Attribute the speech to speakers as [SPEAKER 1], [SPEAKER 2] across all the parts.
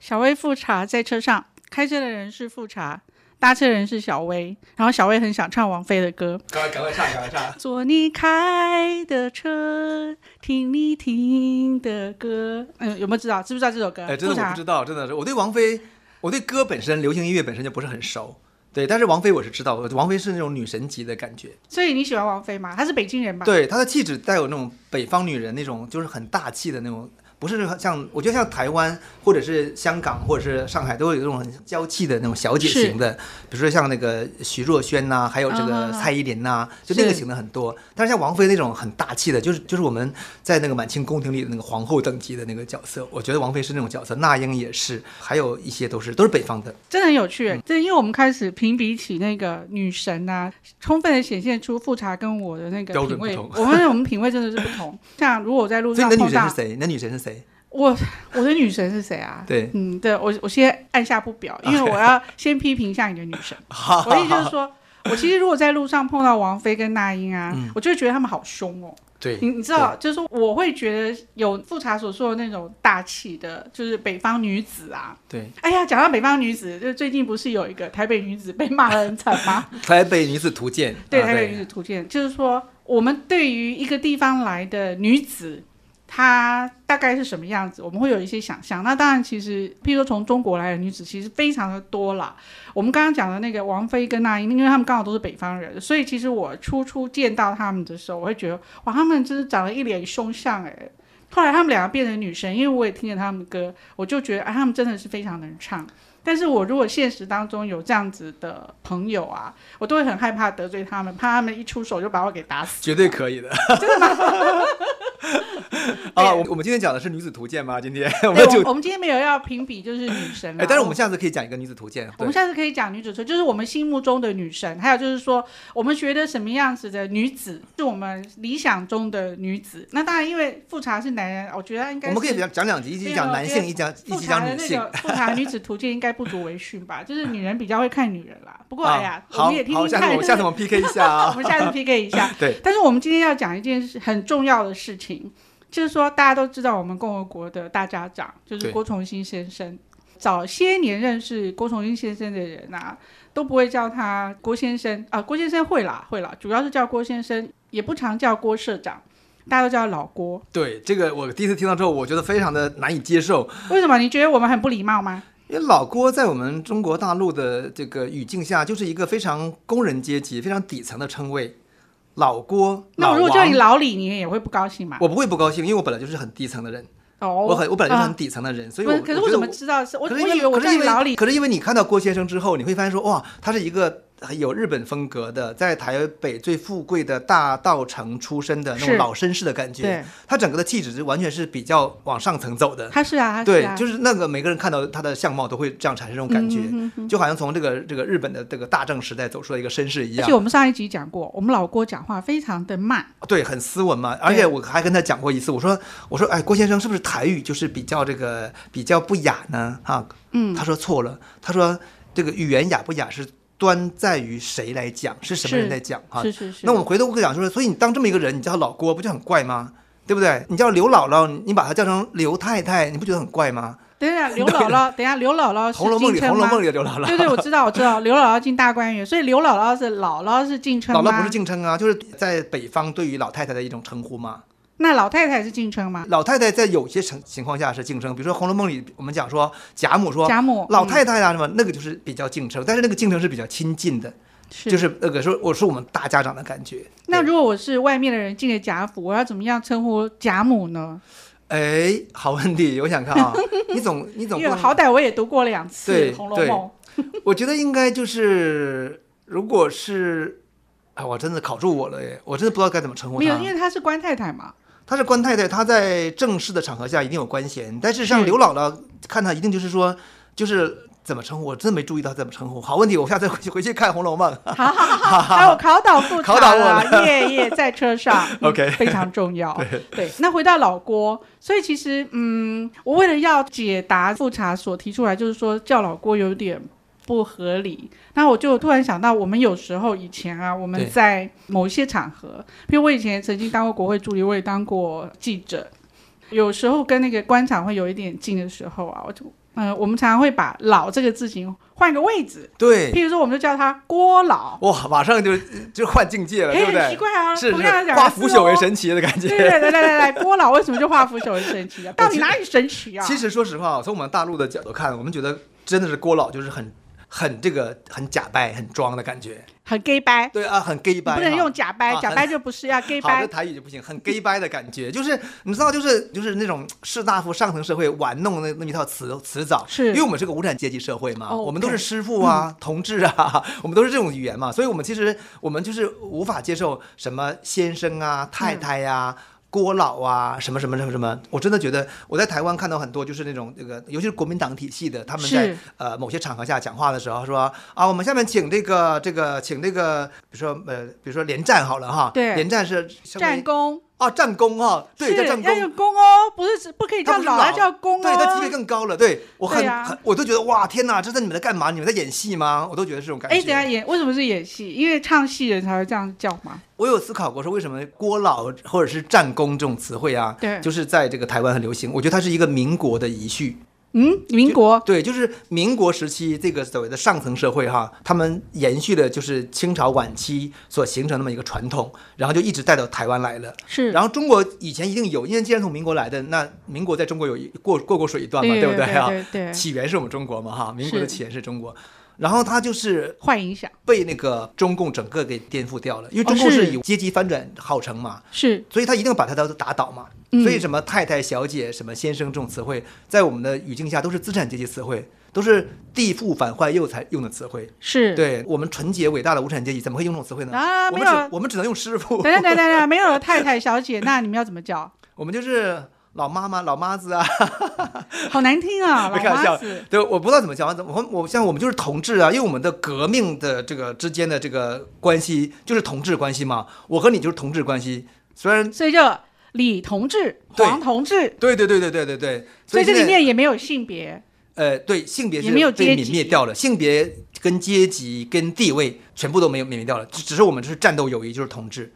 [SPEAKER 1] 小薇富察在车上，开车的人是富察，搭车的人是小薇。然后小薇很想唱王菲的歌，
[SPEAKER 2] 赶快赶快唱，赶快唱。
[SPEAKER 1] 坐你开的车，听你听的歌。嗯，有没有知道？知不知道这首歌？
[SPEAKER 2] 哎，真
[SPEAKER 1] 富
[SPEAKER 2] 的我
[SPEAKER 1] 察
[SPEAKER 2] 不知道，真的是我对王菲，我对歌本身、流行音乐本身就不是很熟。对，但是王菲我是知道，的，王菲是那种女神级的感觉，
[SPEAKER 1] 所以你喜欢王菲吗？她是北京人吧？
[SPEAKER 2] 对她的气质带有那种北方女人那种就是很大气的那种，不是像我觉得像台湾或者是香港或者是上海都有这种很娇气的那种小姐型的，比如说像那个徐若瑄呐、还有这
[SPEAKER 1] 啊
[SPEAKER 2] 个蔡依林呐、就那个
[SPEAKER 1] 是
[SPEAKER 2] 型的很多。但是像王菲那种很大气的，就是就是我们在那个满清宫廷里的那个皇后等级的那个角色，我觉得王菲是那种角色，那英也是，还有一些都是都是北方的。
[SPEAKER 1] 真的很有
[SPEAKER 2] 嗯
[SPEAKER 1] 趣。对，因为我们开始评比起那个女神啊，充分的显现出富察跟我的那个
[SPEAKER 2] 标
[SPEAKER 1] 品
[SPEAKER 2] 准
[SPEAKER 1] 味，
[SPEAKER 2] 不同
[SPEAKER 1] 我们我们品味真的是不同。像如果我在路
[SPEAKER 2] 所以
[SPEAKER 1] 上
[SPEAKER 2] 你的
[SPEAKER 1] 碰
[SPEAKER 2] 女神
[SPEAKER 1] 到
[SPEAKER 2] 是谁？你的女神是谁？
[SPEAKER 1] 我，我的女神是谁啊？
[SPEAKER 2] 对
[SPEAKER 1] 嗯，对我我先按下不表，因为我要先批评一下你的女 神。我意思就是说。我其实如果在路上碰到王菲跟那英啊，我就会觉得他们好凶哦。
[SPEAKER 2] 嗯对
[SPEAKER 1] 你你知道，就是我会觉得有富察所说的那种大气的，就是北方女子啊，
[SPEAKER 2] 对，
[SPEAKER 1] 哎呀，讲到北方女子，就最近不是有一个台北女子被骂得很惨吗？
[SPEAKER 2] 台北女子图鉴。
[SPEAKER 1] 对，
[SPEAKER 2] 啊
[SPEAKER 1] 台北女子图鉴，就是说我们对于一个地方来的女子，她大概是什么样子，我们会有一些想象。那当然，其实譬如说从中国来的女子，其实非常的多啦。我们刚刚讲的那个王菲跟那英，因为她们刚好都是北方人，所以其实我初初见到她们的时候，我会觉得哇，她们真是长得一脸凶相哎、后来她们两个变成女神，因为我也听着她们歌，我就觉得啊，她们真的是非常能唱。但是我如果现实当中有这样子的朋友啊，我都会很害怕得罪他们，怕他们一出手就把我给打死。
[SPEAKER 2] 绝对可 以的，真的吗？啊，我我们今天讲的是女子图鉴吗？今天我
[SPEAKER 1] 对，
[SPEAKER 2] 们就
[SPEAKER 1] 我我们今天没有要评比就是女神啦
[SPEAKER 2] 哎，但是我们下次可以讲一个女子图鉴。
[SPEAKER 1] 我
[SPEAKER 2] 对
[SPEAKER 1] 们，下次可以讲女主持，就是我们心目中的女神，还有就是说我们觉得什么样子的女子是我们理想中的女子。那当然，因为富察是男人，我觉得他应该
[SPEAKER 2] 我们可以
[SPEAKER 1] 是
[SPEAKER 2] 讲讲两集，一
[SPEAKER 1] 没
[SPEAKER 2] 集
[SPEAKER 1] 有
[SPEAKER 2] 讲
[SPEAKER 1] 我
[SPEAKER 2] 男
[SPEAKER 1] 觉
[SPEAKER 2] 性，
[SPEAKER 1] 得
[SPEAKER 2] 一集讲一
[SPEAKER 1] 富
[SPEAKER 2] 集
[SPEAKER 1] 察
[SPEAKER 2] 讲
[SPEAKER 1] 的
[SPEAKER 2] 女
[SPEAKER 1] 那
[SPEAKER 2] 性。
[SPEAKER 1] 个富察女子图鉴应该不足为训吧，就是女人比较会看女人啦。不过
[SPEAKER 2] 啊
[SPEAKER 1] 哎呀，我
[SPEAKER 2] 好
[SPEAKER 1] 们也听
[SPEAKER 2] 好，
[SPEAKER 1] 听
[SPEAKER 2] 下次
[SPEAKER 1] 看
[SPEAKER 2] 我，下次我们 PK 一下
[SPEAKER 1] 我
[SPEAKER 2] 啊。
[SPEAKER 1] 们下次 PK 一下。
[SPEAKER 2] 对，
[SPEAKER 1] 但是我们今天要讲一件事很重要的事情，就是说大家都知道我们共和国的大家长就是
[SPEAKER 2] 对
[SPEAKER 1] 郭崇新先生。早些年认识郭崇新先生的人啊，都不会叫他郭先生啊、郭先生会啦会啦，主要是叫郭先生，也不常叫郭社长，大家都叫老郭。
[SPEAKER 2] 对，这个我第一次听到之后，我觉得非常的难以接受，
[SPEAKER 1] 为什么？你觉得我们很不礼貌吗？
[SPEAKER 2] 因为老郭在我们中国大陆的这个语境下，就是一个非常工人阶级、非常底层的称谓。老郭，
[SPEAKER 1] 那
[SPEAKER 2] 老
[SPEAKER 1] 我如果叫你
[SPEAKER 2] 王，
[SPEAKER 1] 老李，你也会不高兴吗？
[SPEAKER 2] 我不会不高兴，因为我本来就是很低层的人，
[SPEAKER 1] 哦，
[SPEAKER 2] 我很我本来就是
[SPEAKER 1] 啊
[SPEAKER 2] 很底层的人，所以
[SPEAKER 1] 不
[SPEAKER 2] 我
[SPEAKER 1] 是可是
[SPEAKER 2] 我
[SPEAKER 1] 我
[SPEAKER 2] 觉
[SPEAKER 1] 怎
[SPEAKER 2] 得
[SPEAKER 1] 么知道是我？
[SPEAKER 2] 可
[SPEAKER 1] 我
[SPEAKER 2] 是因为
[SPEAKER 1] 以为我
[SPEAKER 2] 可
[SPEAKER 1] 叫你
[SPEAKER 2] 是因为
[SPEAKER 1] 老李，
[SPEAKER 2] 可是因为你看到郭先生之后，你会发现说，哇，他是一个有日本风格的，在台北最富贵的大道城出身的那
[SPEAKER 1] 是
[SPEAKER 2] 种老绅士的感觉。
[SPEAKER 1] 对，
[SPEAKER 2] 他整个的气质是完全是比较往上层走的。
[SPEAKER 1] 他是啊，他是
[SPEAKER 2] 对
[SPEAKER 1] 啊，，嗯
[SPEAKER 2] 就是那个每个人看到他的相貌都会这样产生这种感觉，就好像从这个这个日本的这个大正时代走出来一个绅士一
[SPEAKER 1] 而
[SPEAKER 2] 样
[SPEAKER 1] 且。我们上一集讲过，我们老郭讲话非常的慢，
[SPEAKER 2] 对，很斯文嘛。而且我还跟他讲过一次，我说我说哎，郭先生是不是台语就是比较这个比较不雅呢？啊，嗯，他说错了，他说这个语言雅不雅是端在于谁来讲，是什么人
[SPEAKER 1] 是
[SPEAKER 2] 来讲啊？
[SPEAKER 1] 是是是。
[SPEAKER 2] 那我们回头会讲说，所以你当这么一个人，你叫他老郭不就很怪吗？对不对？你叫刘姥姥，你你把她叫成刘太太，你不觉得很怪吗？
[SPEAKER 1] 等一下刘姥姥，等一下刘姥姥
[SPEAKER 2] 《
[SPEAKER 1] 哦是
[SPEAKER 2] 红楼梦》里，
[SPEAKER 1] 敬称
[SPEAKER 2] 《红楼
[SPEAKER 1] 吗
[SPEAKER 2] 梦》里的刘姥姥，
[SPEAKER 1] 对对，我知道我知道，刘姥姥进大观园，所以刘姥姥是姥姥是敬称
[SPEAKER 2] 姥
[SPEAKER 1] 吗？
[SPEAKER 2] 姥不是敬称啊，就是在北方对于老太太的一种称呼嘛。
[SPEAKER 1] 那老太太是敬称吗？
[SPEAKER 2] 老太太在有些情情况下是竞争，比如说《红楼梦》里我们讲说贾母说
[SPEAKER 1] 贾母
[SPEAKER 2] 老
[SPEAKER 1] 嗯
[SPEAKER 2] 太太啊什么，那个就是比较竞争，但是那个竞争是比较亲近的，
[SPEAKER 1] 是
[SPEAKER 2] 就。是那个说我是我们大家长的感觉。
[SPEAKER 1] 那
[SPEAKER 2] 对
[SPEAKER 1] 如果我是外面的人进了贾府，我要怎么样称呼贾母呢？
[SPEAKER 2] 哎，好问题，我想看 啊，你总你总
[SPEAKER 1] 因
[SPEAKER 2] 不
[SPEAKER 1] 为
[SPEAKER 2] 能
[SPEAKER 1] 好歹我也读过两次
[SPEAKER 2] 对
[SPEAKER 1] 《红楼
[SPEAKER 2] 对
[SPEAKER 1] 梦
[SPEAKER 2] 我觉得应该就是如果是。哎，我真的考住我了耶！我真的不知道该怎么称》，呼
[SPEAKER 1] 没有，
[SPEAKER 2] 她
[SPEAKER 1] 因。为她是官太太嘛。
[SPEAKER 2] 她是官太太，她在正式的场合下一定有官衔，但是像
[SPEAKER 1] 是
[SPEAKER 2] 刘姥姥看她一定就是说，就是怎么称呼，我真没注意到怎么称呼。好问题，我下次回去回去看《红楼梦》。
[SPEAKER 1] 好好好好，哎，我考倒复
[SPEAKER 2] 考
[SPEAKER 1] 查
[SPEAKER 2] 倒我
[SPEAKER 1] 了，夜夜在车上 嗯
[SPEAKER 2] OK
[SPEAKER 1] 非常重 要。对，那回到老郭，所以其实嗯，我为了要解答复查所提出来，就是说叫老郭有点不合理，那我就突然想到，我们有时候以前啊，我
[SPEAKER 2] 对
[SPEAKER 1] 们在某一些场合，比如我以前曾经当过国会助理，我也当过记者。有时候跟那个官场会有一点近的时候啊，我就嗯、我们常常会把“老”这个字形换个位置，
[SPEAKER 2] 对，
[SPEAKER 1] 譬如说，我们就叫他郭老，
[SPEAKER 2] 哇，马上就就换境界了，
[SPEAKER 1] 哎，
[SPEAKER 2] 对不
[SPEAKER 1] 很奇
[SPEAKER 2] 对？
[SPEAKER 1] 怪啊，
[SPEAKER 2] 是
[SPEAKER 1] 同样
[SPEAKER 2] 是，
[SPEAKER 1] 的
[SPEAKER 2] 化
[SPEAKER 1] 化
[SPEAKER 2] 腐朽为神奇的感
[SPEAKER 1] 对
[SPEAKER 2] 觉。
[SPEAKER 1] 对对，来来来来，郭老为什么就化腐朽为神 奇啊？到底哪里神奇啊？
[SPEAKER 2] 其实说实话，从我们大陆的角度看，我们觉得真的是郭老就是很很这个很假掰、很装的感觉。
[SPEAKER 1] 很 gay 掰，
[SPEAKER 2] 对啊，很 gay 掰，
[SPEAKER 1] 不能
[SPEAKER 2] 哈
[SPEAKER 1] 用假掰，
[SPEAKER 2] 啊
[SPEAKER 1] 假掰就不是要 gay
[SPEAKER 2] 好的
[SPEAKER 1] 掰。
[SPEAKER 2] 台语就不行，很 gay 掰的感觉，就是你知道，就是就是那种士大夫上层社会玩弄的那那么一套词词藻，
[SPEAKER 1] 是哦嗯
[SPEAKER 2] 因为我们是个无产阶级社会嘛，
[SPEAKER 1] OK
[SPEAKER 2] 我们都是师傅啊、同志啊， 我们都是这种语言嘛，所以我们其实我们就是无法接受什么先生啊、太太呀、
[SPEAKER 1] 嗯
[SPEAKER 2] 郭老啊，什么什么什么什么，我真的觉得我在台湾看到很多就是那种这个，尤其是国民党体系的，他们在
[SPEAKER 1] 是
[SPEAKER 2] 呃某些场合下讲话的时候说啊，我们下面请这个这个请这个，比如说呃比如说连战好了哈，
[SPEAKER 1] 对
[SPEAKER 2] 连战是稍微
[SPEAKER 1] 战功
[SPEAKER 2] 啊战功哈，对，
[SPEAKER 1] 是
[SPEAKER 2] 叫战
[SPEAKER 1] 要
[SPEAKER 2] 功。
[SPEAKER 1] 用功哦，不是只不可以
[SPEAKER 2] 他
[SPEAKER 1] 叫
[SPEAKER 2] 不是
[SPEAKER 1] 老，
[SPEAKER 2] 老
[SPEAKER 1] 要叫功哦。
[SPEAKER 2] 对，他级别更高了。对我很、
[SPEAKER 1] 对啊
[SPEAKER 2] 很，我都觉得哇，天哪，这是你们在干嘛？你们在演戏吗？我都觉得这种感觉。
[SPEAKER 1] 哎，等一下演为什么是演戏？因为唱戏人才会这样叫嘛。
[SPEAKER 2] 我有思考过，说为什么“郭老”或者是“战功”这种词汇啊，
[SPEAKER 1] 对
[SPEAKER 2] 就是在这个台湾很流行。我觉得它是一个民国的遗绪，
[SPEAKER 1] 嗯，民国
[SPEAKER 2] 对，就是民国时期这个所谓的上层社会哈，他们延续的就是清朝晚期所形成那么一个传统，然后就一直带到台湾来了。
[SPEAKER 1] 是
[SPEAKER 2] 然后中国以前一定有，因为既然从民国来的，那民国在中国有一过过过水一段嘛，
[SPEAKER 1] 对
[SPEAKER 2] 不
[SPEAKER 1] 嗯对
[SPEAKER 2] 啊？
[SPEAKER 1] 对对，
[SPEAKER 2] 起源是我们中国嘛哈，民国的
[SPEAKER 1] 是
[SPEAKER 2] 起源是中国，然后它就是
[SPEAKER 1] 坏影响
[SPEAKER 2] 被那个中共整个给颠覆掉了，因为
[SPEAKER 1] 哦
[SPEAKER 2] 中共是
[SPEAKER 1] 是
[SPEAKER 2] 以阶级翻转号称嘛，
[SPEAKER 1] 是
[SPEAKER 2] 所以他一定要把它都打倒嘛。
[SPEAKER 1] 嗯
[SPEAKER 2] 所以什么太太、小姐、什么先生这种词汇，在我们的语境下都是资产阶级词汇，都是地富反坏右才用的词汇。
[SPEAKER 1] 是。
[SPEAKER 2] 对我们纯洁伟大的无产阶级怎么会用这种词汇呢？
[SPEAKER 1] 嗯啊，
[SPEAKER 2] 我
[SPEAKER 1] 没
[SPEAKER 2] 们
[SPEAKER 1] 有
[SPEAKER 2] 只
[SPEAKER 1] 了，
[SPEAKER 2] 我们只能用师傅
[SPEAKER 1] 等，等等等等，没有了太太小姐，那你们要怎么叫？
[SPEAKER 2] 我们就是老妈妈、老妈子啊。
[SPEAKER 1] 好难听啊，
[SPEAKER 2] 没
[SPEAKER 1] 老
[SPEAKER 2] 开玩笑
[SPEAKER 1] 妈子。
[SPEAKER 2] 对，我不知道怎么讲，我们我像我们就是同志啊，因为我们的革命的这个之间的这个关系就是同志关系嘛，我和你就是同志关系，虽然
[SPEAKER 1] 所以就李同志、
[SPEAKER 2] 对
[SPEAKER 1] 黄同志，
[SPEAKER 2] 对对对对对对对，
[SPEAKER 1] 所以这
[SPEAKER 2] 现
[SPEAKER 1] 里
[SPEAKER 2] 在
[SPEAKER 1] 面也没有性别，
[SPEAKER 2] 呃对性别是
[SPEAKER 1] 也没有
[SPEAKER 2] 被
[SPEAKER 1] 阶
[SPEAKER 2] 泯
[SPEAKER 1] 级
[SPEAKER 2] 灭掉了，性别跟阶级跟地位全部都没有泯灭掉了，只只是我们就是战斗友谊就是同志。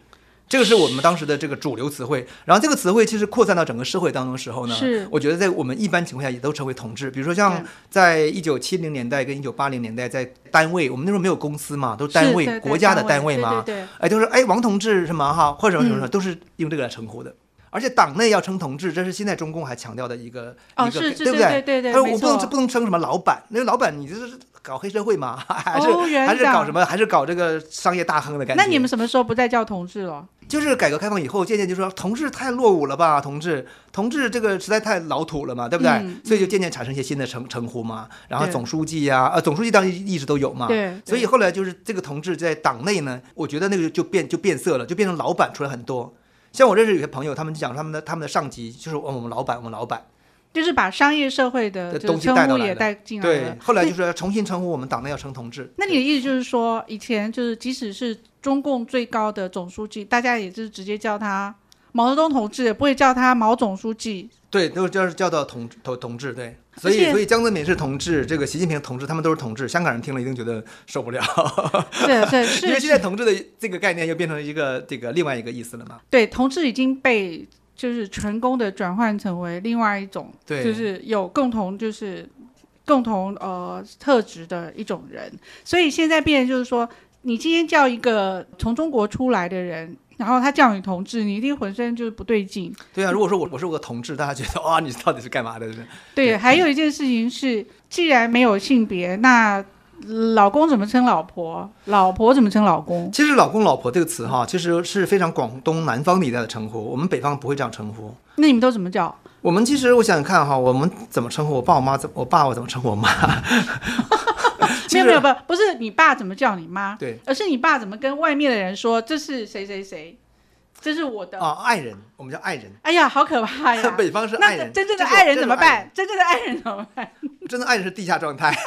[SPEAKER 2] 这个是我们当时的这个主流词汇，然后这个词汇其实扩散到整个社会当中的时候呢，
[SPEAKER 1] 是
[SPEAKER 2] 我觉得在我们一般情况下也都成为同志，比如说像
[SPEAKER 1] 对
[SPEAKER 2] 在一九七零年代跟一九八零年代，在单位，我们那时候没有公司嘛，都是单
[SPEAKER 1] 是
[SPEAKER 2] 位
[SPEAKER 1] 对对
[SPEAKER 2] 国家的
[SPEAKER 1] 单
[SPEAKER 2] 单位嘛，
[SPEAKER 1] 对对对，嗯
[SPEAKER 2] 哎，就是哎王同志什么哈，或者什么什么什么，都是用这个来称呼的。而且党内要称同志，这是现在中共还强调的一个、
[SPEAKER 1] 哦
[SPEAKER 2] 一个，
[SPEAKER 1] 是是，
[SPEAKER 2] 不
[SPEAKER 1] 对对对，
[SPEAKER 2] 他说
[SPEAKER 1] 没
[SPEAKER 2] 我不能
[SPEAKER 1] 错
[SPEAKER 2] 不能称什么老板，那个老板你就是搞黑社会嘛， 还是、
[SPEAKER 1] 哦原
[SPEAKER 2] 还是搞
[SPEAKER 1] 长
[SPEAKER 2] 什么，还是搞这个商业大亨的感觉。
[SPEAKER 1] 那你们什么时候不再叫同志了？
[SPEAKER 2] 就是改革开放以后，渐渐就说同志太落伍了吧，同志，同志这个实在太老土了嘛，对不对？
[SPEAKER 1] 嗯
[SPEAKER 2] 所以就渐渐产生一些新的称称呼嘛。然后
[SPEAKER 1] 对
[SPEAKER 2] 总书记呀、啊，呃，总书记当然一直都有嘛。
[SPEAKER 1] 对，
[SPEAKER 2] 啊所以
[SPEAKER 1] 对
[SPEAKER 2] 后来就是这个同志在党内呢，我觉得那个就变就变色了，就变成老板出来很多。像我认识有些朋友，他们讲他们的他们的上级就是哦我们老板，我们老板。
[SPEAKER 1] 就是把商业社会的
[SPEAKER 2] 这
[SPEAKER 1] 这
[SPEAKER 2] 东
[SPEAKER 1] 个
[SPEAKER 2] 西带
[SPEAKER 1] 称
[SPEAKER 2] 到
[SPEAKER 1] 呼
[SPEAKER 2] 来
[SPEAKER 1] 也
[SPEAKER 2] 了
[SPEAKER 1] 带进来
[SPEAKER 2] 对
[SPEAKER 1] 了，。
[SPEAKER 2] 后来就说重新称呼我们党内要称同志。
[SPEAKER 1] 那你的意思就是说，以前就是即使是中共最高的总书记，大家也就是直接叫他毛泽东同志，也不会叫他毛总书记。
[SPEAKER 2] 对，都叫叫到同同同志，对，
[SPEAKER 1] 而
[SPEAKER 2] 所以
[SPEAKER 1] 且
[SPEAKER 2] 所以江泽民是同志，这个习近平同志，他们都是同志，香港人听了一定觉得受不了，
[SPEAKER 1] 对对
[SPEAKER 2] 因为
[SPEAKER 1] 是，
[SPEAKER 2] 现在同志的这个概念又变成一个这个另外一个意思了嘛，
[SPEAKER 1] 对同志已经被就是成功的转换成为另外一种，
[SPEAKER 2] 对，
[SPEAKER 1] 就是有共同就是共同呃特质的一种人。所以现在变成就是说，你今天叫一个从中国出来的人。然后他叫你同志，你一定浑身就是不对劲，
[SPEAKER 2] 对啊，如果说我我是个同志，大家觉得哇、你到底是干嘛的？是不是对
[SPEAKER 1] 对，还有一件事情是，既然没有性别，那老公怎么称老婆？老婆怎么称老公？
[SPEAKER 2] 其实“老公”“老婆”这个词哈，其实是非常广东南方的一带的称呼，我们北方不会这样称呼。
[SPEAKER 1] 那你们都怎么叫？
[SPEAKER 2] 我们其实我想想看哈，我们怎么称呼我爸我妈怎我爸我怎么称呼我妈？ 其
[SPEAKER 1] 没
[SPEAKER 2] 实
[SPEAKER 1] 有没有不不是你爸怎么叫你妈，
[SPEAKER 2] 对
[SPEAKER 1] 而是你爸怎么跟外面的人说这是谁谁谁，这是我的。
[SPEAKER 2] 啊，爱人，我们叫爱人。
[SPEAKER 1] 哎呀，好可怕 呀！
[SPEAKER 2] 北方是爱
[SPEAKER 1] 那
[SPEAKER 2] 人，
[SPEAKER 1] 真正的
[SPEAKER 2] 这是
[SPEAKER 1] 爱人怎么？
[SPEAKER 2] 这是爱
[SPEAKER 1] 办？真正的爱人怎么办？
[SPEAKER 2] 真的爱人是地下状态，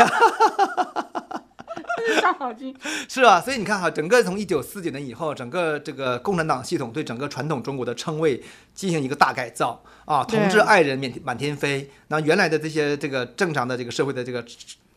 [SPEAKER 1] 这是伤脑筋。
[SPEAKER 2] 是啊，所以你看哈，整个从一九四九年以后，整个这个共产党系统对整个传统中国的称谓进行一个大改造啊，
[SPEAKER 1] 对
[SPEAKER 2] 同志爱人满天满天飞，那然后原来的这些这个正常的这个社会的这个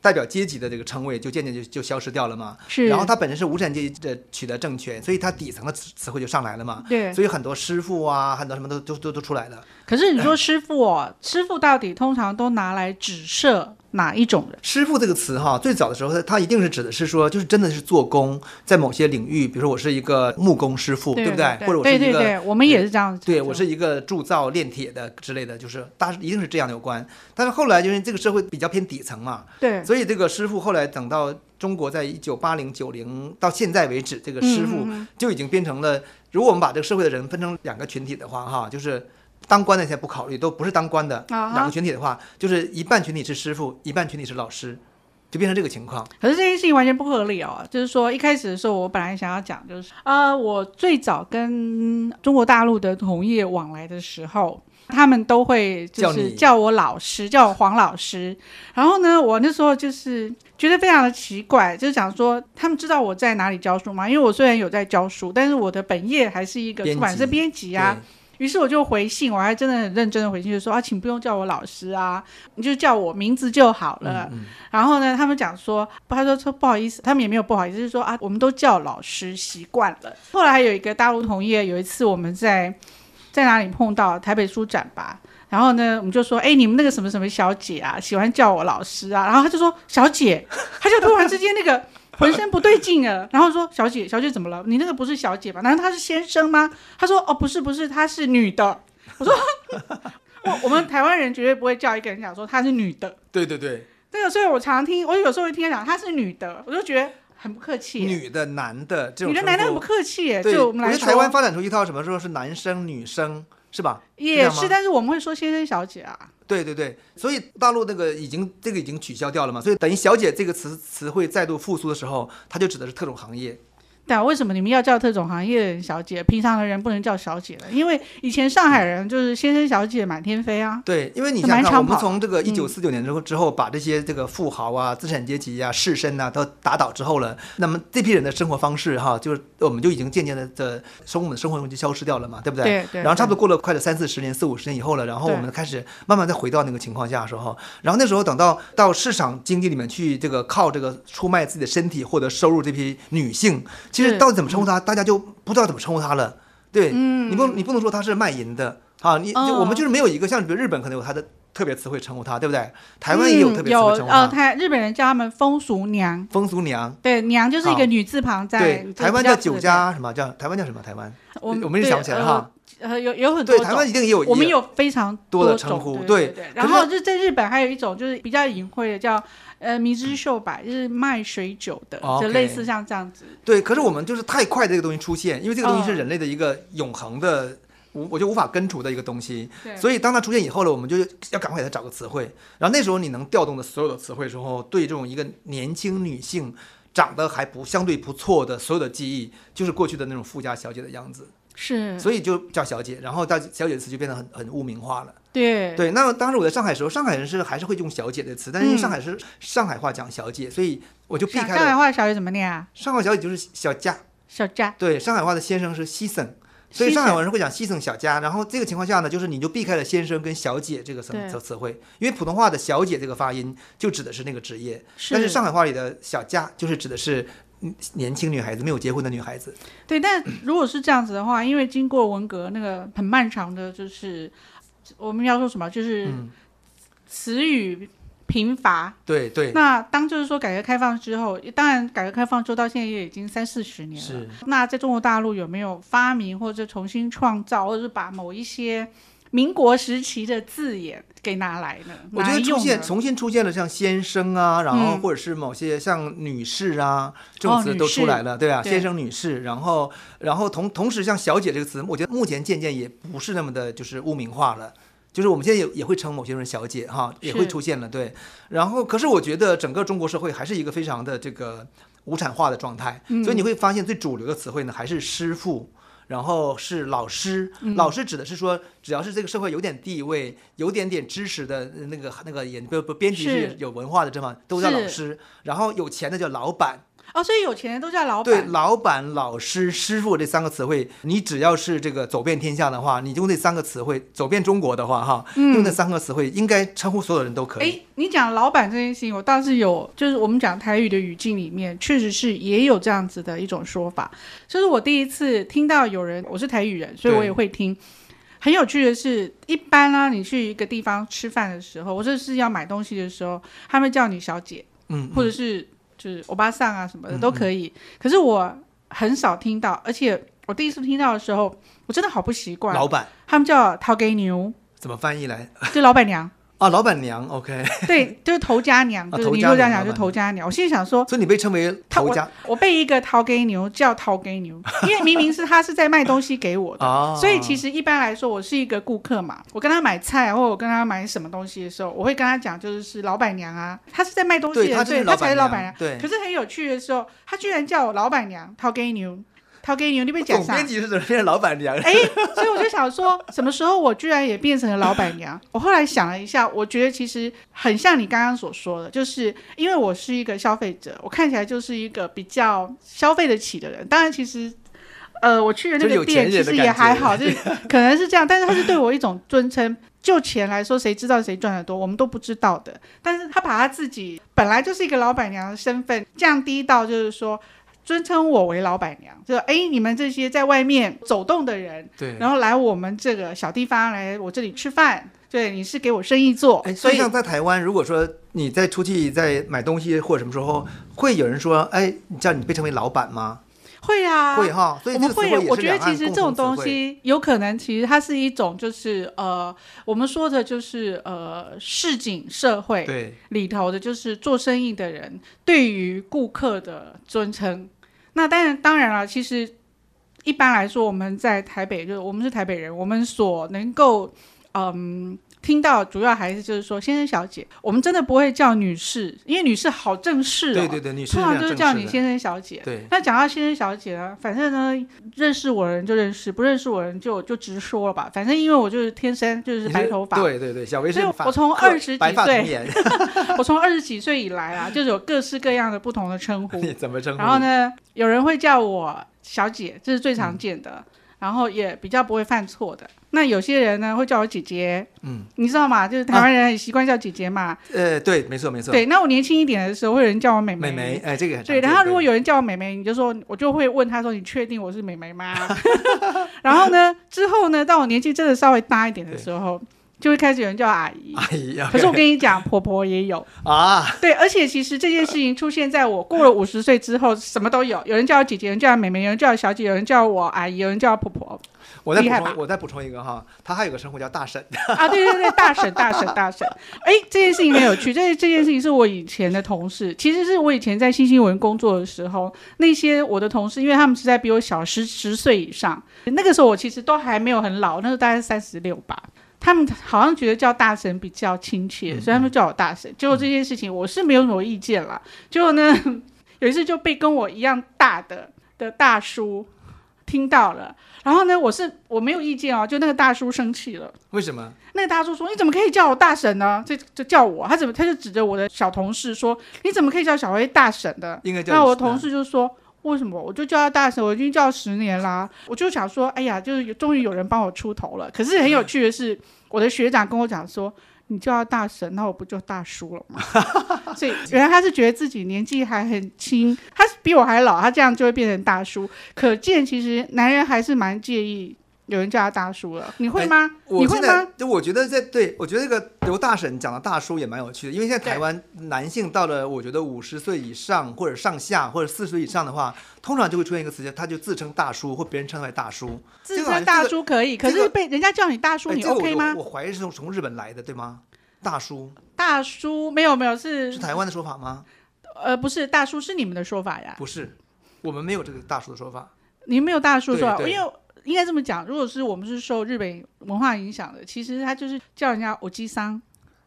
[SPEAKER 2] 代表阶级的这个称谓就渐渐就就消失掉了嘛。
[SPEAKER 1] 是，
[SPEAKER 2] 然后它本身是无产阶级的取得政权，所以它底层的词词汇就上来了嘛。
[SPEAKER 1] 对。
[SPEAKER 2] 所以很多师傅啊，很多什么都都都都出来了。
[SPEAKER 1] 可是你说师傅哦，师傅到底通常都拿来指涉哪一种人？
[SPEAKER 2] 师傅这个词哈，最早的时候它它一定是指的是说，就是真的是做工，在某些领域，比如说我是一个木工师傅，
[SPEAKER 1] 对
[SPEAKER 2] 不
[SPEAKER 1] 对？
[SPEAKER 2] 或者我是
[SPEAKER 1] 对
[SPEAKER 2] 一
[SPEAKER 1] 对
[SPEAKER 2] 个
[SPEAKER 1] 对，我们也是这样子。
[SPEAKER 2] 对，我是一个铸造炼铁的之类的，就是大一定是这样有关。但是后来就是这个社会比较偏底层嘛，
[SPEAKER 1] 对
[SPEAKER 2] 所以这个师傅后来等到中国在一九八零九零到现在为止，这个
[SPEAKER 1] 嗯
[SPEAKER 2] 师傅就已经变成了，如果我们把这个社会的人分成两个群体的话，哈，就是当官的先不考虑，都不是当官的
[SPEAKER 1] 啊
[SPEAKER 2] 两个
[SPEAKER 1] 哈。
[SPEAKER 2] 群体的话，就是一半群体是师傅，一半群体是老师，就变成这个情况。
[SPEAKER 1] 可是这件事情完全不合理哦。就是说，一开始的时候，我本来想要讲，就是呃，我最早跟中国大陆的同业往来的时候，他们都会就
[SPEAKER 2] 叫
[SPEAKER 1] 是
[SPEAKER 2] 你
[SPEAKER 1] 叫我老师，叫我黄老师。然后呢，我那时候就是觉得非常的奇怪，就是想说，他们知道我在哪里教书吗？因为我虽然有在教书，但是我的本业还是一个
[SPEAKER 2] 编
[SPEAKER 1] 出版社
[SPEAKER 2] 辑
[SPEAKER 1] 编辑啊。于是我就回信，我还真的很认真的回信，就说啊，请不用叫我老师啊，你就叫我名字就好
[SPEAKER 2] 对，
[SPEAKER 1] 了。
[SPEAKER 2] 嗯
[SPEAKER 1] 然后呢，他们讲说，他说说不好意思，他们也没有不好意思，就是说啊，我们都叫老师习惯了。后来还有一个大陆同业，有一次我们在在哪里碰到台北书展吧，然后呢，我们就说，哎，你们那个什么什么小姐啊，喜欢叫我老师啊，然后他就说小姐，他就突然之间那个 浑身不对劲了，然后说小姐，小姐怎么了？你那个不是小姐吧？难道她是先生吗？他说哦，不是不是，她是女的。 我说我我们台湾人绝对不会叫一个人讲说她是女的。
[SPEAKER 2] 嗯对对对，
[SPEAKER 1] 对，所以我常听，我有时候会听他讲她是女的，我就觉得很不客气耶。
[SPEAKER 2] 女的、男的这种
[SPEAKER 1] 女的
[SPEAKER 2] 称
[SPEAKER 1] 男的
[SPEAKER 2] 呼
[SPEAKER 1] 很不客气耶，
[SPEAKER 2] 对，
[SPEAKER 1] 就我们来
[SPEAKER 2] 觉得
[SPEAKER 1] 说，
[SPEAKER 2] 台湾发展出一套什么说是男生女生是吧？这
[SPEAKER 1] 也
[SPEAKER 2] 样吗
[SPEAKER 1] 是，但是我们会说先生小姐啊，
[SPEAKER 2] 对对对，所以大陆那个已经这个已经取消掉了嘛，所以等于“小姐”这个词词汇再度复苏的时候，它就指的是特种行业。
[SPEAKER 1] 但啊为什么你们要叫特种行业的人小姐，平常的人不能叫小姐呢？因为以前上海人就是先生小姐满天飞啊。
[SPEAKER 2] 对，因为你
[SPEAKER 1] 这
[SPEAKER 2] 想
[SPEAKER 1] 蛮
[SPEAKER 2] 想看，
[SPEAKER 1] 长
[SPEAKER 2] 我们
[SPEAKER 1] 跑
[SPEAKER 2] 从这个
[SPEAKER 1] 嗯
[SPEAKER 2] 一九四九年之后之后，把这些这个富豪啊、资产阶级啊、士绅呐、都打倒之后了，那么这批人的生活方式哈，就是我们就已经渐渐的的从我们的生活中就消失掉了嘛，对不对？
[SPEAKER 1] 对对，
[SPEAKER 2] 然后差不
[SPEAKER 1] 多
[SPEAKER 2] 多过了快了三四十年、四五十年以后了，然后
[SPEAKER 1] 对
[SPEAKER 2] 我们开始慢慢再回到那个情况下的时候，然后那时候等到到市场经济里面去，这个靠这个出卖自己的身体获得收入，这批女性其
[SPEAKER 1] 是嗯
[SPEAKER 2] 实到底怎么称呼她，大家就不知道怎么称呼她了。对，你不你不能说她是卖淫的啊，你就我
[SPEAKER 1] 哦
[SPEAKER 2] 们就是没有一个像比如日本可能有她的特别词汇称呼她，对不对？台湾也有特别词汇
[SPEAKER 1] 有
[SPEAKER 2] 称呼
[SPEAKER 1] 呃，
[SPEAKER 2] 她，
[SPEAKER 1] 台日本人叫他们风俗娘，
[SPEAKER 2] 风俗娘。
[SPEAKER 1] 对，娘就是一个
[SPEAKER 2] 好
[SPEAKER 1] 女字旁在
[SPEAKER 2] 对，
[SPEAKER 1] 就
[SPEAKER 2] 台湾
[SPEAKER 1] 比较
[SPEAKER 2] 叫
[SPEAKER 1] 自
[SPEAKER 2] 酒
[SPEAKER 1] 然，
[SPEAKER 2] 家什么叫台湾叫什么台湾？
[SPEAKER 1] 我们
[SPEAKER 2] 我们也
[SPEAKER 1] 对
[SPEAKER 2] 想不起来哈。
[SPEAKER 1] 呃呃，有有很多
[SPEAKER 2] 对，
[SPEAKER 1] 种
[SPEAKER 2] 台湾一定也有
[SPEAKER 1] 我们
[SPEAKER 2] 也
[SPEAKER 1] 有非常
[SPEAKER 2] 多
[SPEAKER 1] 的
[SPEAKER 2] 的称呼
[SPEAKER 1] 对对。
[SPEAKER 2] 对可
[SPEAKER 1] 然
[SPEAKER 2] 是
[SPEAKER 1] 后就在日本还有一种就是比较隐晦的叫呃明知秀百，就是卖水酒的，
[SPEAKER 2] 哦
[SPEAKER 1] 就
[SPEAKER 2] OK
[SPEAKER 1] 类似像这样子。
[SPEAKER 2] 对，可是我们就是太快这个东西出现，因为这个东西是
[SPEAKER 1] 嗯
[SPEAKER 2] 人类的一个永恒的，无我就无法根除的一个东西。
[SPEAKER 1] 对，
[SPEAKER 2] 所以当它出现以后呢，我们就要赶快给它找个词汇。然后那时候你能调动的所有的词汇之后，对这种一个年轻女性长得还不相对不错的所有的记忆，就是过去的那种富家小姐的样子，
[SPEAKER 1] 是，
[SPEAKER 2] 所以就叫小姐。然后到小姐词就变得很很污名化了。
[SPEAKER 1] 对
[SPEAKER 2] 对，那么当时我在上海的时候，上海人是还是会用小姐的词，但是因为
[SPEAKER 1] 嗯
[SPEAKER 2] 上海是上海话讲小姐，所以我就避
[SPEAKER 1] 上
[SPEAKER 2] 开
[SPEAKER 1] 上海
[SPEAKER 2] 了。
[SPEAKER 1] 话小姐怎么念啊？
[SPEAKER 2] 上海小姐就是小家。
[SPEAKER 1] 小家，
[SPEAKER 2] 对，上海话的先生是西生，所以
[SPEAKER 1] 西
[SPEAKER 2] 上海
[SPEAKER 1] 生
[SPEAKER 2] 人会讲西生小家。然后这个情况下呢，就是你就避开了先生跟小姐这个词
[SPEAKER 1] 对
[SPEAKER 2] 词词汇，因为普通话的小姐这个发音就指的是那个职业，但是
[SPEAKER 1] 是
[SPEAKER 2] 上海话里的小家就是指的是嗯年轻女孩子，没有结婚的女孩子。
[SPEAKER 1] 对，但如果是这样子的话，因为经过文革那个很漫长的，就是我们要说什么，就是
[SPEAKER 2] 嗯，
[SPEAKER 1] 词语贫乏。
[SPEAKER 2] 对对
[SPEAKER 1] 那当就是说改革开放之后，当然改革开放之后到现在也已经三四十年了。
[SPEAKER 2] 是。
[SPEAKER 1] 那在中国大陆有没有发明或者重新创造，或者是把某一些民国时期的字眼给拿来呢？
[SPEAKER 2] 我觉
[SPEAKER 1] 拿来
[SPEAKER 2] 得出
[SPEAKER 1] 用
[SPEAKER 2] 现
[SPEAKER 1] 呢
[SPEAKER 2] 重新出现了像先生啊，然后
[SPEAKER 1] 嗯
[SPEAKER 2] 或者是某些像女士啊、这
[SPEAKER 1] 哦
[SPEAKER 2] 种词
[SPEAKER 1] 女
[SPEAKER 2] 都出
[SPEAKER 1] 士
[SPEAKER 2] 来了，对啊，
[SPEAKER 1] 对
[SPEAKER 2] 先生、女士，然后然后同同时像小姐这个词，我觉得目前渐渐也不是那么的就是污名化了。就是我们现在也也会称某些人小姐哈，也会
[SPEAKER 1] 是
[SPEAKER 2] 出现了对。然后，可是我觉得整个中国社会还是一个非常的这个无产化的状态，
[SPEAKER 1] 嗯
[SPEAKER 2] 所以你会发现最主流的词汇呢还是师傅，然后是老师。
[SPEAKER 1] 嗯
[SPEAKER 2] 老师指的是说，只要是这个社会有点地位、有点点知识的呃那个那个也不不编辑
[SPEAKER 1] 是
[SPEAKER 2] 是有文化的这么都叫
[SPEAKER 1] 是
[SPEAKER 2] 老师，然后有钱的叫老板。
[SPEAKER 1] 哦，所以有钱人都叫老
[SPEAKER 2] 对，
[SPEAKER 1] 板。
[SPEAKER 2] 老板、老师、师傅这三个词汇，你只要是这个走遍天下的话，你用这三个词汇走遍中国的话，哈，
[SPEAKER 1] 嗯
[SPEAKER 2] 用这三个词汇应该称呼所有人都可以。
[SPEAKER 1] 哎，你讲老板这件事情，我倒是有，就是我们讲台语的语境里面，确实是也有这样子的一种说法。就是我第一次听到有人，我是台语人，所以我也会听。很有趣的是，一般呢、你去一个地方吃饭的时候，或者是要买东西的时候，他们叫你小姐，
[SPEAKER 2] 嗯，
[SPEAKER 1] 或者是就是欧巴桑啊什么的都可以。可是我很少听到，而且我第一次听到的时候，我真的好不习惯。啊
[SPEAKER 2] 老板
[SPEAKER 1] 他们叫陶给牛，
[SPEAKER 2] 怎么翻译来
[SPEAKER 1] 就老板娘，
[SPEAKER 2] 啊？老板娘，OK，
[SPEAKER 1] 对，就是头家娘，就
[SPEAKER 2] 啊
[SPEAKER 1] 是
[SPEAKER 2] 头
[SPEAKER 1] 你
[SPEAKER 2] 家
[SPEAKER 1] 说这样讲
[SPEAKER 2] 娘老
[SPEAKER 1] 就
[SPEAKER 2] 板
[SPEAKER 1] 头家娘。我心里想说，
[SPEAKER 2] 所以你被称为
[SPEAKER 1] 哦他
[SPEAKER 2] 头家
[SPEAKER 1] 我被一个陶给牛叫陶给牛，因为明明是他是在卖东西给我 的。
[SPEAKER 2] 啊，
[SPEAKER 1] 所以其实一般来说，我是一个顾客嘛，我跟他买菜或者我跟他买什么东西的时候，我会跟他讲，就是是老板娘啊，她是在卖东西
[SPEAKER 2] 对
[SPEAKER 1] 的，
[SPEAKER 2] 他
[SPEAKER 1] 对，
[SPEAKER 2] 是
[SPEAKER 1] 她才是老
[SPEAKER 2] 老
[SPEAKER 1] 板娘。
[SPEAKER 2] 对。
[SPEAKER 1] 可是很有趣的时候，他居然叫我老板娘陶给牛，陶给牛，你被讲
[SPEAKER 2] 总
[SPEAKER 1] 啥？
[SPEAKER 2] 编辑是怎么变成老板娘？
[SPEAKER 1] 哎，所以我就想说，什么时候我居然也变成了老板娘？我后来想了一下，我觉得其实很像你刚刚所说的，就是因为我是一个消费者，我看起来就是一个比较消费得起的人。当然，其实。呃，我去的那
[SPEAKER 2] 就是
[SPEAKER 1] 个
[SPEAKER 2] 有
[SPEAKER 1] 店
[SPEAKER 2] 钱
[SPEAKER 1] 其
[SPEAKER 2] 人的
[SPEAKER 1] 实也
[SPEAKER 2] 感觉
[SPEAKER 1] 还 好，就是可能是这样，但是他是对我一种尊称。就钱来说，谁知道谁赚得多，我们都不知道的。但是他把他自己本来就是一个老板娘的身份降低到，就是说尊称我为老板娘，就是哎，你们这些在外面走动的人，
[SPEAKER 2] 对，
[SPEAKER 1] 然后来我们这个小地方来我这里吃饭，对，你是给我生意做，
[SPEAKER 2] 哎，
[SPEAKER 1] 所
[SPEAKER 2] 所以
[SPEAKER 1] 以
[SPEAKER 2] 像在台湾，如果说你在出去在买东西或者什么时候，会有人说，哎，你叫你被称为老板吗？
[SPEAKER 1] 会啊，
[SPEAKER 2] 会哈，所以
[SPEAKER 1] 我
[SPEAKER 2] 这个
[SPEAKER 1] 们
[SPEAKER 2] 词汇
[SPEAKER 1] 会
[SPEAKER 2] 也
[SPEAKER 1] 有，
[SPEAKER 2] 是
[SPEAKER 1] 我觉得
[SPEAKER 2] 两
[SPEAKER 1] 其
[SPEAKER 2] 岸
[SPEAKER 1] 实
[SPEAKER 2] 共
[SPEAKER 1] 这种
[SPEAKER 2] 同词
[SPEAKER 1] 东
[SPEAKER 2] 汇
[SPEAKER 1] 西有可能，其实它是一种就是呃，我们说的就是呃市井社会
[SPEAKER 2] 对，
[SPEAKER 1] 里头的，就是做生意的人对于顾客的尊称。那当然，当然了，其实一般来说，我们在台北，就是我们是台北人，我们所能够嗯听到，主要还是就是说先生、小姐，我们真的不会叫女士，因为女士好正式、哦，
[SPEAKER 2] 对对对，女士
[SPEAKER 1] 通
[SPEAKER 2] 这
[SPEAKER 1] 常
[SPEAKER 2] 样
[SPEAKER 1] 就是
[SPEAKER 2] 正
[SPEAKER 1] 叫
[SPEAKER 2] 式
[SPEAKER 1] 你
[SPEAKER 2] 的
[SPEAKER 1] 先生、小姐。
[SPEAKER 2] 对，
[SPEAKER 1] 那讲到先生小姐呢，反正呢，认识我的人就认识，不认识我的人就就直说了吧。反正因为我就是天生就是
[SPEAKER 2] 你
[SPEAKER 1] 白头发，
[SPEAKER 2] 对对对，小维
[SPEAKER 1] 所以
[SPEAKER 2] 是
[SPEAKER 1] 我
[SPEAKER 2] 发
[SPEAKER 1] 我从
[SPEAKER 2] 鹤
[SPEAKER 1] 二十
[SPEAKER 2] 白
[SPEAKER 1] 几
[SPEAKER 2] 发
[SPEAKER 1] 岁
[SPEAKER 2] 童颜，
[SPEAKER 1] 我从二十几岁以来啊，就是有各式各样的不同的称呼。
[SPEAKER 2] 你怎么 称呼？
[SPEAKER 1] 然后？呢，有人会叫我小姐，这是最
[SPEAKER 2] 嗯
[SPEAKER 1] 常见的，然后也比较不会犯错的。那有些人呢会叫我姐姐，
[SPEAKER 2] 嗯，
[SPEAKER 1] 你知道吗？就是台湾人很习惯叫姐姐嘛。
[SPEAKER 2] 呃，对，没错没错，
[SPEAKER 1] 对，那我年轻一点的时候，会有人叫我妹
[SPEAKER 2] 美眉，哎，这个很
[SPEAKER 1] 对，
[SPEAKER 2] 常
[SPEAKER 1] 然后
[SPEAKER 2] 见
[SPEAKER 1] 如果有人叫我妹妹，你就说，我就会问他说：“你确定我是妹妹吗？” 然后呢，之后呢，到我年纪真的稍微大一点的时候，就会开始有人叫阿姨。
[SPEAKER 2] 阿姨啊，
[SPEAKER 1] 可是我跟你讲，婆婆也有。
[SPEAKER 2] 啊，
[SPEAKER 1] 对，而且其实这件事情出现在我过了五十岁之后，什么都有。有人叫我姐姐，有人叫我妹妹，有人叫我小姐，有人叫我阿姨，有人叫我婆婆。
[SPEAKER 2] 我再补
[SPEAKER 1] 厉害吧
[SPEAKER 2] 充，我再补充一个哈，她还有个称呼叫大婶，
[SPEAKER 1] 啊，对对对，大婶大婶大婶。哎，这件事情很有趣，这这件事情是我以前的同事，其实是我以前在新新闻工作的时候，那些我的同事，因为他们实在比我小十十岁以上，那个时候我其实都还没有很老，那时候大概三十六吧。他们好像觉得叫大神比较亲切，所以他们叫我大神。结果这件事情我是没有什么意见啦。结果呢，有一次就被跟我一样大的的大叔听到了，然后呢，我是我没有意见哦，就那个大叔生气了。
[SPEAKER 2] 为什么？
[SPEAKER 1] 那个大叔说：“你怎么可以叫我大婶呢？”这就叫我，他怎么他就指着我的小同事说：“你怎么可以叫小薇大婶的
[SPEAKER 2] 应该？”叫
[SPEAKER 1] 那
[SPEAKER 2] 你
[SPEAKER 1] 我同事就说：“为什么？我就叫她大婶，我已经叫十年啦。”我就想说：“哎呀，就是有终于有人帮我出头了。”可是很
[SPEAKER 2] 嗯
[SPEAKER 1] 有趣的是，我的学长跟我讲说。你叫他大婶，那我不就大叔了吗？ 所以原来他是觉得自己年纪还很轻，他是比我还老，他这样就会变成大叔。可见其实男人还是蛮介意有人叫他大叔了。你会
[SPEAKER 2] 哎
[SPEAKER 1] 吗？
[SPEAKER 2] 我
[SPEAKER 1] 你会
[SPEAKER 2] 现
[SPEAKER 1] 吗
[SPEAKER 2] 在？就我觉得在对我觉得这个刘大婶讲的大叔也蛮有趣的，因为现在台湾男性到了我觉得五十岁以上或者上下或者四十岁以上的话，通常就会出现一个词叫他就自称大叔或别人称为大叔。
[SPEAKER 1] 自称大叔可以，可
[SPEAKER 2] 这个
[SPEAKER 1] 是被人家叫你大叔，
[SPEAKER 2] 哎
[SPEAKER 1] 你
[SPEAKER 2] 这个我
[SPEAKER 1] OK 吗？
[SPEAKER 2] 我我怀疑是从从日本来的，对吗？大叔
[SPEAKER 1] 大叔没有没有是
[SPEAKER 2] 是台湾的说法吗？
[SPEAKER 1] 呃不是大叔是你们的说法呀，
[SPEAKER 2] 不是，我们没有这个大叔的说法。
[SPEAKER 1] 你们没有大叔说法，
[SPEAKER 2] 对对
[SPEAKER 1] 因为应该这么讲，如果是我们是受日本文化影响的，其实他就是叫人家欧基桑，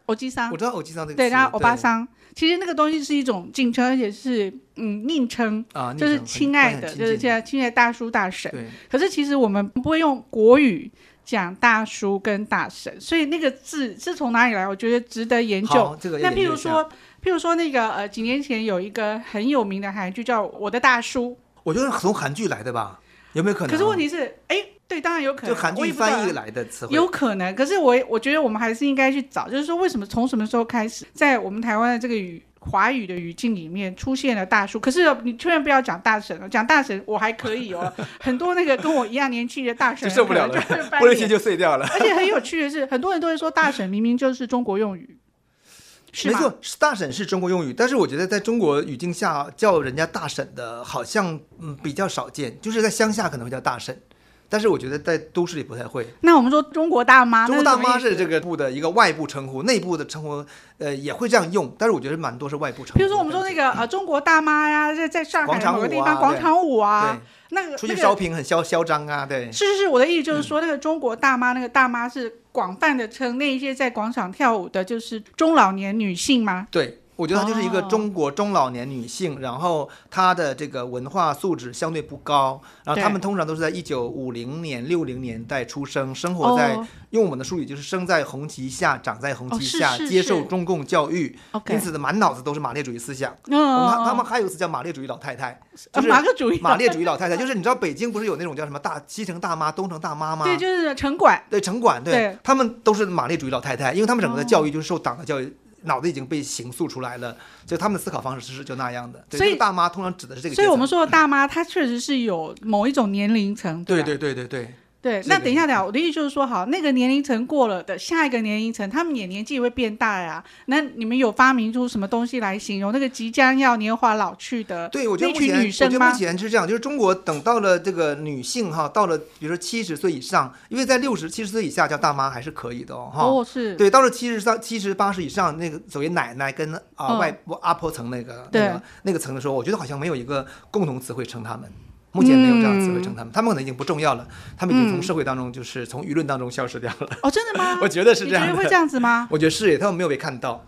[SPEAKER 1] 欧基桑
[SPEAKER 2] 我，知道偶记上这个
[SPEAKER 1] 啊对，
[SPEAKER 2] 词
[SPEAKER 1] 然后欧巴桑，其实那个东西是一种敬称，而且是嗯昵称，
[SPEAKER 2] 啊，
[SPEAKER 1] 就
[SPEAKER 2] 昵
[SPEAKER 1] 是
[SPEAKER 2] 称很
[SPEAKER 1] 亲爱
[SPEAKER 2] 很
[SPEAKER 1] 的，
[SPEAKER 2] 亲
[SPEAKER 1] 就是
[SPEAKER 2] 近
[SPEAKER 1] 现在亲爱的大叔大婶。
[SPEAKER 2] 对，
[SPEAKER 1] 可是其实我们不会用国语讲大叔跟大婶，所以那个字是从哪里来？我觉得值得研究。
[SPEAKER 2] 好，这个
[SPEAKER 1] 那
[SPEAKER 2] 也
[SPEAKER 1] 譬
[SPEAKER 2] 研
[SPEAKER 1] 如
[SPEAKER 2] 究一下，
[SPEAKER 1] 说，譬如说那个呃，几年前有一个很有名的韩剧叫《我的大叔
[SPEAKER 2] 我觉得是从韩剧来的吧，有没有可》，能？啊
[SPEAKER 1] 可是问题是，哎，对，当然有可能，
[SPEAKER 2] 就韩
[SPEAKER 1] 我
[SPEAKER 2] 剧
[SPEAKER 1] 也不知道啊
[SPEAKER 2] 翻译来的词汇，
[SPEAKER 1] 有可能，可是我我觉得我们还是应该去找，就是说为什么从什么时候开始，在我们台湾的这个语华语的语境里面出现了大叔？可是你千万不要讲大神哦，讲大神我还可以哦，很多那个跟我一样年纪的大神
[SPEAKER 2] 就受不了了
[SPEAKER 1] 就是翻
[SPEAKER 2] 玻璃
[SPEAKER 1] 脸
[SPEAKER 2] 心就碎掉了。
[SPEAKER 1] 而且很有趣的是，很多人都会说大婶明明就是中国用语，是
[SPEAKER 2] 没
[SPEAKER 1] 吗？
[SPEAKER 2] 错，是大婶是中国用语，但是我觉得在中国语境下叫人家大婶的，好像嗯比较少见，就是在乡下可能会叫大婶，但是我觉得在都市里不太会。
[SPEAKER 1] 那我们说中国大妈，
[SPEAKER 2] 中国大妈
[SPEAKER 1] 啊那
[SPEAKER 2] 是
[SPEAKER 1] 什么
[SPEAKER 2] 这
[SPEAKER 1] 意思。
[SPEAKER 2] 个部的一个外部称呼，内部的称呼呃也会这样用，但是我觉得蛮多是外部称呼。
[SPEAKER 1] 比如说，我们说那个呃，中国大妈呀，在在上海
[SPEAKER 2] 嗯广场舞啊
[SPEAKER 1] 某个地方广场舞啊，
[SPEAKER 2] 对，
[SPEAKER 1] 那个
[SPEAKER 2] 出
[SPEAKER 1] 那
[SPEAKER 2] 去
[SPEAKER 1] 个
[SPEAKER 2] 烧嗯瓶很嚣嚣张啊，对，
[SPEAKER 1] 是是是，我的意思就是说，那个中国大妈，那个大妈是广泛的称那一些在广场跳舞的，就是中老年女性吗？
[SPEAKER 2] 对。我觉得她就是一个
[SPEAKER 1] 哦
[SPEAKER 2] 中国中老年女性，然后她的这个文化素质相对不高，然后
[SPEAKER 1] 对
[SPEAKER 2] 她们通常都是在一九五零年、六零年代出生，生活在
[SPEAKER 1] 哦
[SPEAKER 2] 用我们的术语就是生在红旗下，长在红
[SPEAKER 1] 哦
[SPEAKER 2] 旗
[SPEAKER 1] 是
[SPEAKER 2] 下，
[SPEAKER 1] 是
[SPEAKER 2] 接
[SPEAKER 1] 是
[SPEAKER 2] 受中共教育，因
[SPEAKER 1] ，OK，
[SPEAKER 2] 此呢，满脑子都是马列主义思想。
[SPEAKER 1] 嗯
[SPEAKER 2] 我们
[SPEAKER 1] 嗯，
[SPEAKER 2] 他他
[SPEAKER 1] 嗯
[SPEAKER 2] 们还有一个词叫马列主义老太太，哦就
[SPEAKER 1] 呃
[SPEAKER 2] 是
[SPEAKER 1] 马克主义，
[SPEAKER 2] 马列主义老太太，就是你知道北京不是有那种叫什么大西城大妈、东城大妈吗？
[SPEAKER 1] 对，就是城管，
[SPEAKER 2] 对，城管对
[SPEAKER 1] 对，
[SPEAKER 2] 他们都是马列主义老太太，因为他们整个的
[SPEAKER 1] 哦
[SPEAKER 2] 教育就是受党的教育。脑子已经被形塑出来了，所以他们的思考方式是就那样的。对
[SPEAKER 1] 所以
[SPEAKER 2] 这个大妈通常指的是这个
[SPEAKER 1] 所
[SPEAKER 2] 阶层。
[SPEAKER 1] 以我们说的大妈，她确实是有某一种年龄层，
[SPEAKER 2] 对
[SPEAKER 1] 吧
[SPEAKER 2] 对对对对，
[SPEAKER 1] 对，
[SPEAKER 2] 是
[SPEAKER 1] 那
[SPEAKER 2] 的嗯
[SPEAKER 1] 等一下，等一下，我的意思就是说，好，那个年龄层过了的下一个年龄层，他们也年纪也会变大呀。那你们有发明出什么东西来形容那个即将要年华老去的
[SPEAKER 2] 对，我觉得
[SPEAKER 1] 呃那
[SPEAKER 2] 目
[SPEAKER 1] 群
[SPEAKER 2] 前，
[SPEAKER 1] 女
[SPEAKER 2] 我
[SPEAKER 1] 生
[SPEAKER 2] 觉得目
[SPEAKER 1] 吗？
[SPEAKER 2] 前是这样，就是中国等到了这个女性哈，到了比如说七十岁以上，因为在六十七十岁以下叫大妈还是可以的哦哈。
[SPEAKER 1] 哦，是，
[SPEAKER 2] 对，到了七十上、七十八十以上，那个所谓奶奶跟啊、
[SPEAKER 1] 嗯
[SPEAKER 2] 外婆、阿婆层那个
[SPEAKER 1] 对
[SPEAKER 2] 那个那个层的时候，我觉得好像没有一个共同词汇称他们。目前没有这样的词汇称他们，他们可能已经不重要了，他们已经从
[SPEAKER 1] 嗯
[SPEAKER 2] 社会当中，就是从舆论当中消失掉了。
[SPEAKER 1] 哦，真的吗
[SPEAKER 2] ？我觉得是
[SPEAKER 1] 你
[SPEAKER 2] 这
[SPEAKER 1] 觉
[SPEAKER 2] 样
[SPEAKER 1] 得会
[SPEAKER 2] 的，
[SPEAKER 1] 这样子吗？
[SPEAKER 2] 我觉得是，他们没有被看到，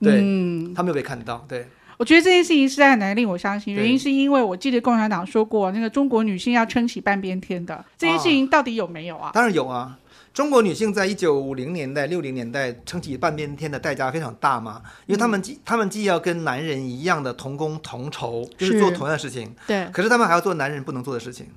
[SPEAKER 2] 对
[SPEAKER 1] 嗯，
[SPEAKER 2] 他没有被看到，对，
[SPEAKER 1] 我觉得这件事情实在很难令我相信，
[SPEAKER 2] 对
[SPEAKER 1] 原因是因为我记得共产党说过，那个中国女性要撑起半边天的这件事情到底有没有啊？
[SPEAKER 2] 当然有啊。中国女性在一九五零年代、六零年代撑起半边天的代价非常大嘛，因为她
[SPEAKER 1] 嗯
[SPEAKER 2] 们既、她们既要跟男人一样的同工同酬，就是
[SPEAKER 1] 是
[SPEAKER 2] 做同样的事情，
[SPEAKER 1] 对，
[SPEAKER 2] 可是她们还要做男人不能做的事情，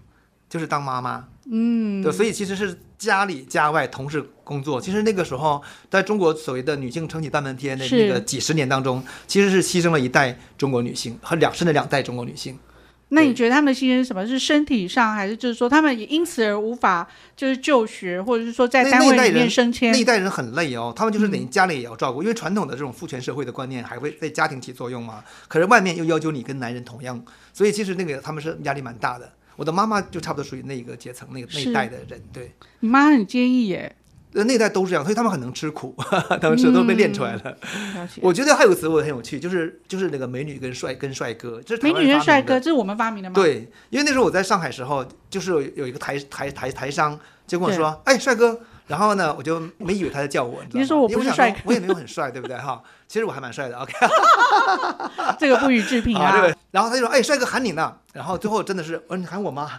[SPEAKER 2] 就是当妈妈。
[SPEAKER 1] 嗯，
[SPEAKER 2] 对，所以其实是家里家外同时工作。其实那个时候，在中国所谓的女性撑起半边天的那
[SPEAKER 1] 是
[SPEAKER 2] 个几十年当中，其实是牺牲了一代中国女性和两甚至两代中国女性。
[SPEAKER 1] 那
[SPEAKER 2] 对
[SPEAKER 1] 你觉得他们的牺牲是什么？是身体上，还是就是说他们也因此而无法就是就学，或者是说在
[SPEAKER 2] 那
[SPEAKER 1] 单
[SPEAKER 2] 那一代
[SPEAKER 1] 位里面
[SPEAKER 2] 人
[SPEAKER 1] 升迁啊
[SPEAKER 2] 那？一代人很累哦，他
[SPEAKER 1] 嗯
[SPEAKER 2] 们就是等于家里也要照顾，因为传统的这种父权社会的观念还会在家庭起作用嘛。可是外面又要求你跟男人同样，所以其实那个他们是压力蛮大的。我的妈妈就差不多属于那一个阶层，那个那一
[SPEAKER 1] 是
[SPEAKER 2] 代的人，对。
[SPEAKER 1] 你妈很介意耶，
[SPEAKER 2] 呃，那一代都是这样，所以他们很能吃苦， 他们是都被练出来了。
[SPEAKER 1] 嗯了解。
[SPEAKER 2] 我觉得还有个词我很有趣，就是就是那个美女跟帅跟帅哥，这是台
[SPEAKER 1] 美
[SPEAKER 2] 湾
[SPEAKER 1] 女跟
[SPEAKER 2] 发
[SPEAKER 1] 帅
[SPEAKER 2] 明的
[SPEAKER 1] 哥，这是我们发明的吗？，
[SPEAKER 2] 对，因为那时候我在上海时候，就是有有一个台台台台商就跟我说，哎，帅哥。然后呢，我就没以为他在叫我，你知道吗？
[SPEAKER 1] 你是说我
[SPEAKER 2] 因为
[SPEAKER 1] 不是
[SPEAKER 2] 想说
[SPEAKER 1] 帅哥
[SPEAKER 2] 我也没有很帅，对不对哈？其实我还蛮帅的，OK
[SPEAKER 1] 这个不予置评
[SPEAKER 2] 啊，
[SPEAKER 1] 啊。
[SPEAKER 2] 对不对？然后他就说，哎，帅哥喊你呢。然后最后真的是，嗯，你喊我吗？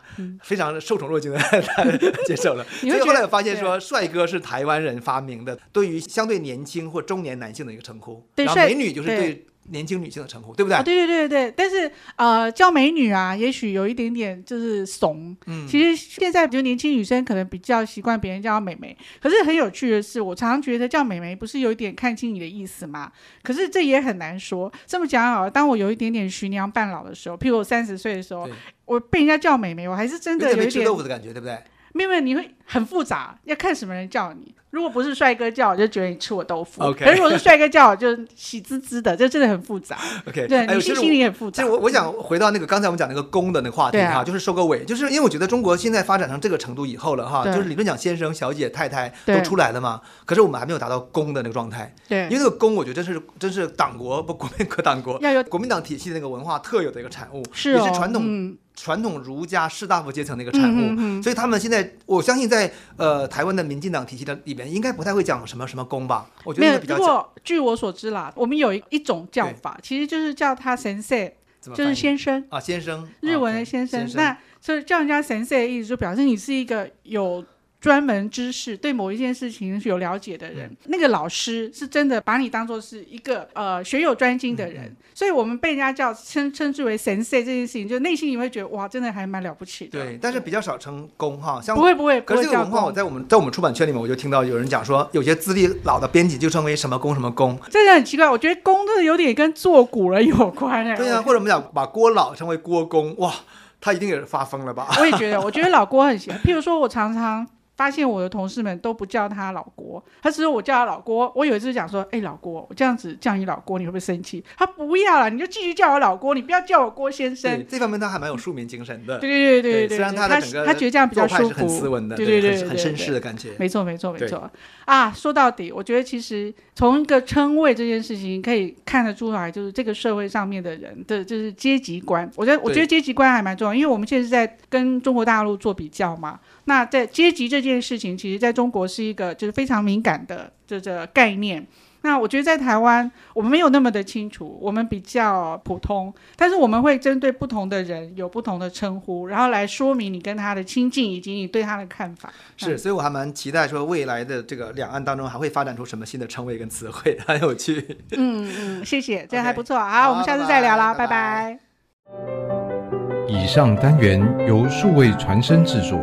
[SPEAKER 2] 非常受宠若惊的 接受了。
[SPEAKER 1] 你
[SPEAKER 2] 所
[SPEAKER 1] 会
[SPEAKER 2] 以
[SPEAKER 1] 觉
[SPEAKER 2] 后来
[SPEAKER 1] 得
[SPEAKER 2] 我发现
[SPEAKER 1] 对
[SPEAKER 2] 说，帅哥是台湾人发明的，对于相对年轻或中年男性的一个称呼，
[SPEAKER 1] 对
[SPEAKER 2] 然后
[SPEAKER 1] 帅
[SPEAKER 2] 美女就是
[SPEAKER 1] 对
[SPEAKER 2] 对年轻女性的称呼，对不对
[SPEAKER 1] 啊，？对对对对，但是呃，叫美女啊，也许有一点点就是怂。
[SPEAKER 2] 嗯
[SPEAKER 1] 其实现在就年轻女生可能比较习惯别人叫美眉，可是很有趣的是，我常常觉得叫美眉不是有一点看清你的意思吗？可是这也很难说。这么讲好了，当我有一点点徐娘半老的时候，譬如我三十岁的时候
[SPEAKER 2] 对，
[SPEAKER 1] 我被人家叫美眉，我还是真的
[SPEAKER 2] 有点
[SPEAKER 1] 有
[SPEAKER 2] 被
[SPEAKER 1] 一
[SPEAKER 2] 吃
[SPEAKER 1] 点
[SPEAKER 2] 豆腐的感觉，对不对？
[SPEAKER 1] 没有没有，你会很复杂，要看什么人叫你。如果不是帅哥叫，我就觉得你吃我豆腐
[SPEAKER 2] OK
[SPEAKER 1] 可是如果是帅哥叫，我就喜滋滋的，这真的很复杂。
[SPEAKER 2] OK，
[SPEAKER 1] 对，
[SPEAKER 2] 哎
[SPEAKER 1] 女
[SPEAKER 2] 其
[SPEAKER 1] 性
[SPEAKER 2] 实
[SPEAKER 1] 心
[SPEAKER 2] 我
[SPEAKER 1] 里很复
[SPEAKER 2] 其
[SPEAKER 1] 杂。
[SPEAKER 2] 实我我想回到那个刚才我们讲那个公的那个话题
[SPEAKER 1] 对
[SPEAKER 2] 哈、
[SPEAKER 1] 啊
[SPEAKER 2] 就是收个尾，就是因为我觉得中国现在发展成这个程度以后了哈，
[SPEAKER 1] 对
[SPEAKER 2] 就是理论讲先生、小姐、太太都
[SPEAKER 1] 对
[SPEAKER 2] 出来了嘛，可是我们还没有达到公的那个状态，因为
[SPEAKER 1] 对，
[SPEAKER 2] 那个公我觉得真是真是党国不国民国党国
[SPEAKER 1] 要有
[SPEAKER 2] 国民党体系的那个文化特有的一个产物，
[SPEAKER 1] 是
[SPEAKER 2] 也
[SPEAKER 1] 哦，
[SPEAKER 2] 是传统、
[SPEAKER 1] 嗯
[SPEAKER 2] 传统儒家士大夫阶层的一个产物。
[SPEAKER 1] 嗯嗯嗯
[SPEAKER 2] 所以他们现在，我相信在呃台湾的民进党体系的里边，应该不太会讲什么什么公吧？我觉
[SPEAKER 1] 没
[SPEAKER 2] 得
[SPEAKER 1] 有
[SPEAKER 2] 应该，比
[SPEAKER 1] 如
[SPEAKER 2] 较
[SPEAKER 1] 果据我所知啦，我们有一一种叫法，其实就是叫他神社，
[SPEAKER 2] 怎么
[SPEAKER 1] 就
[SPEAKER 2] 翻
[SPEAKER 1] 是
[SPEAKER 2] 译
[SPEAKER 1] 先生，
[SPEAKER 2] 啊先生
[SPEAKER 1] 日文的
[SPEAKER 2] 啊
[SPEAKER 1] 先
[SPEAKER 2] 先
[SPEAKER 1] 那所以叫人家神社的意思，就表示你是一个有专门知识、对某一件事情有了解的
[SPEAKER 2] 嗯
[SPEAKER 1] 人，那个老师是真的把你当做是一个呃学有专精
[SPEAKER 2] 嗯
[SPEAKER 1] 的人，所以我们被人家叫称称之为神 e 这件事情，就内心你会觉得哇，真的还蛮了不起的。
[SPEAKER 2] 对，但是比较少称功哈，像
[SPEAKER 1] 不会不会，不
[SPEAKER 2] 可是
[SPEAKER 1] 会
[SPEAKER 2] 这个
[SPEAKER 1] 叫
[SPEAKER 2] 文化，我
[SPEAKER 1] 功，
[SPEAKER 2] 在我们在我们出版圈里面，我就听到有人讲说，有些资历老的编辑就称为什么工什么工。
[SPEAKER 1] 真的很奇怪。我觉得功真的有点跟做古人有关哎、
[SPEAKER 2] 对啊呀、
[SPEAKER 1] 我
[SPEAKER 2] 或者我们讲把郭老称为郭工，哇，他一定也是发疯了吧？
[SPEAKER 1] 我也觉得，我觉得老郭很喜欢。譬如说，我常常发现我的同事们都不叫他老郭，他只是我叫他老郭。我有一次讲说，哎、老郭，我这样子叫你老郭，你会不会生气？他不要了，你就继续叫我老郭，你不要叫我郭先生
[SPEAKER 2] 对，。这方面他还蛮有庶民精神的
[SPEAKER 1] 对，对对对对
[SPEAKER 2] 虽然
[SPEAKER 1] 他
[SPEAKER 2] 他的整个
[SPEAKER 1] 他觉得这样比较
[SPEAKER 2] 做派
[SPEAKER 1] 舒
[SPEAKER 2] 是很斯
[SPEAKER 1] 服。
[SPEAKER 2] 文的，
[SPEAKER 1] 对对对
[SPEAKER 2] 很
[SPEAKER 1] 对
[SPEAKER 2] 很绅
[SPEAKER 1] 对
[SPEAKER 2] 士的感觉。
[SPEAKER 1] 没错，没错，没
[SPEAKER 2] 对
[SPEAKER 1] 错啊！说到底，我觉得其实从一个称谓这件事情可以看得出来，就是这个社会上面的人的就是阶级观。我觉得，我觉得阶级观还蛮重要，因为我们现在是在跟中国大陆做比较嘛。那在阶级这件事情，其实在中国是一个就是非常敏感的这个概念。那我觉得在台湾，我们没有那么的清楚，我们比较普通，但是我们会针对不同的人有不同的称呼，然后来说明你跟他的亲近以及你对他的看法。
[SPEAKER 2] 是，所以我还蛮期待说未来的这个两岸当中还会发展出什么新的称谓跟词汇， 很有趣。
[SPEAKER 1] 嗯嗯，谢谢，这还
[SPEAKER 2] OK
[SPEAKER 1] 不错好，我们
[SPEAKER 2] 好
[SPEAKER 1] 下次
[SPEAKER 2] 拜
[SPEAKER 1] 再聊
[SPEAKER 2] 拜
[SPEAKER 1] 啦，
[SPEAKER 2] 拜
[SPEAKER 1] 拜
[SPEAKER 2] 拜
[SPEAKER 1] 拜
[SPEAKER 3] 以上单元由数位传声制作，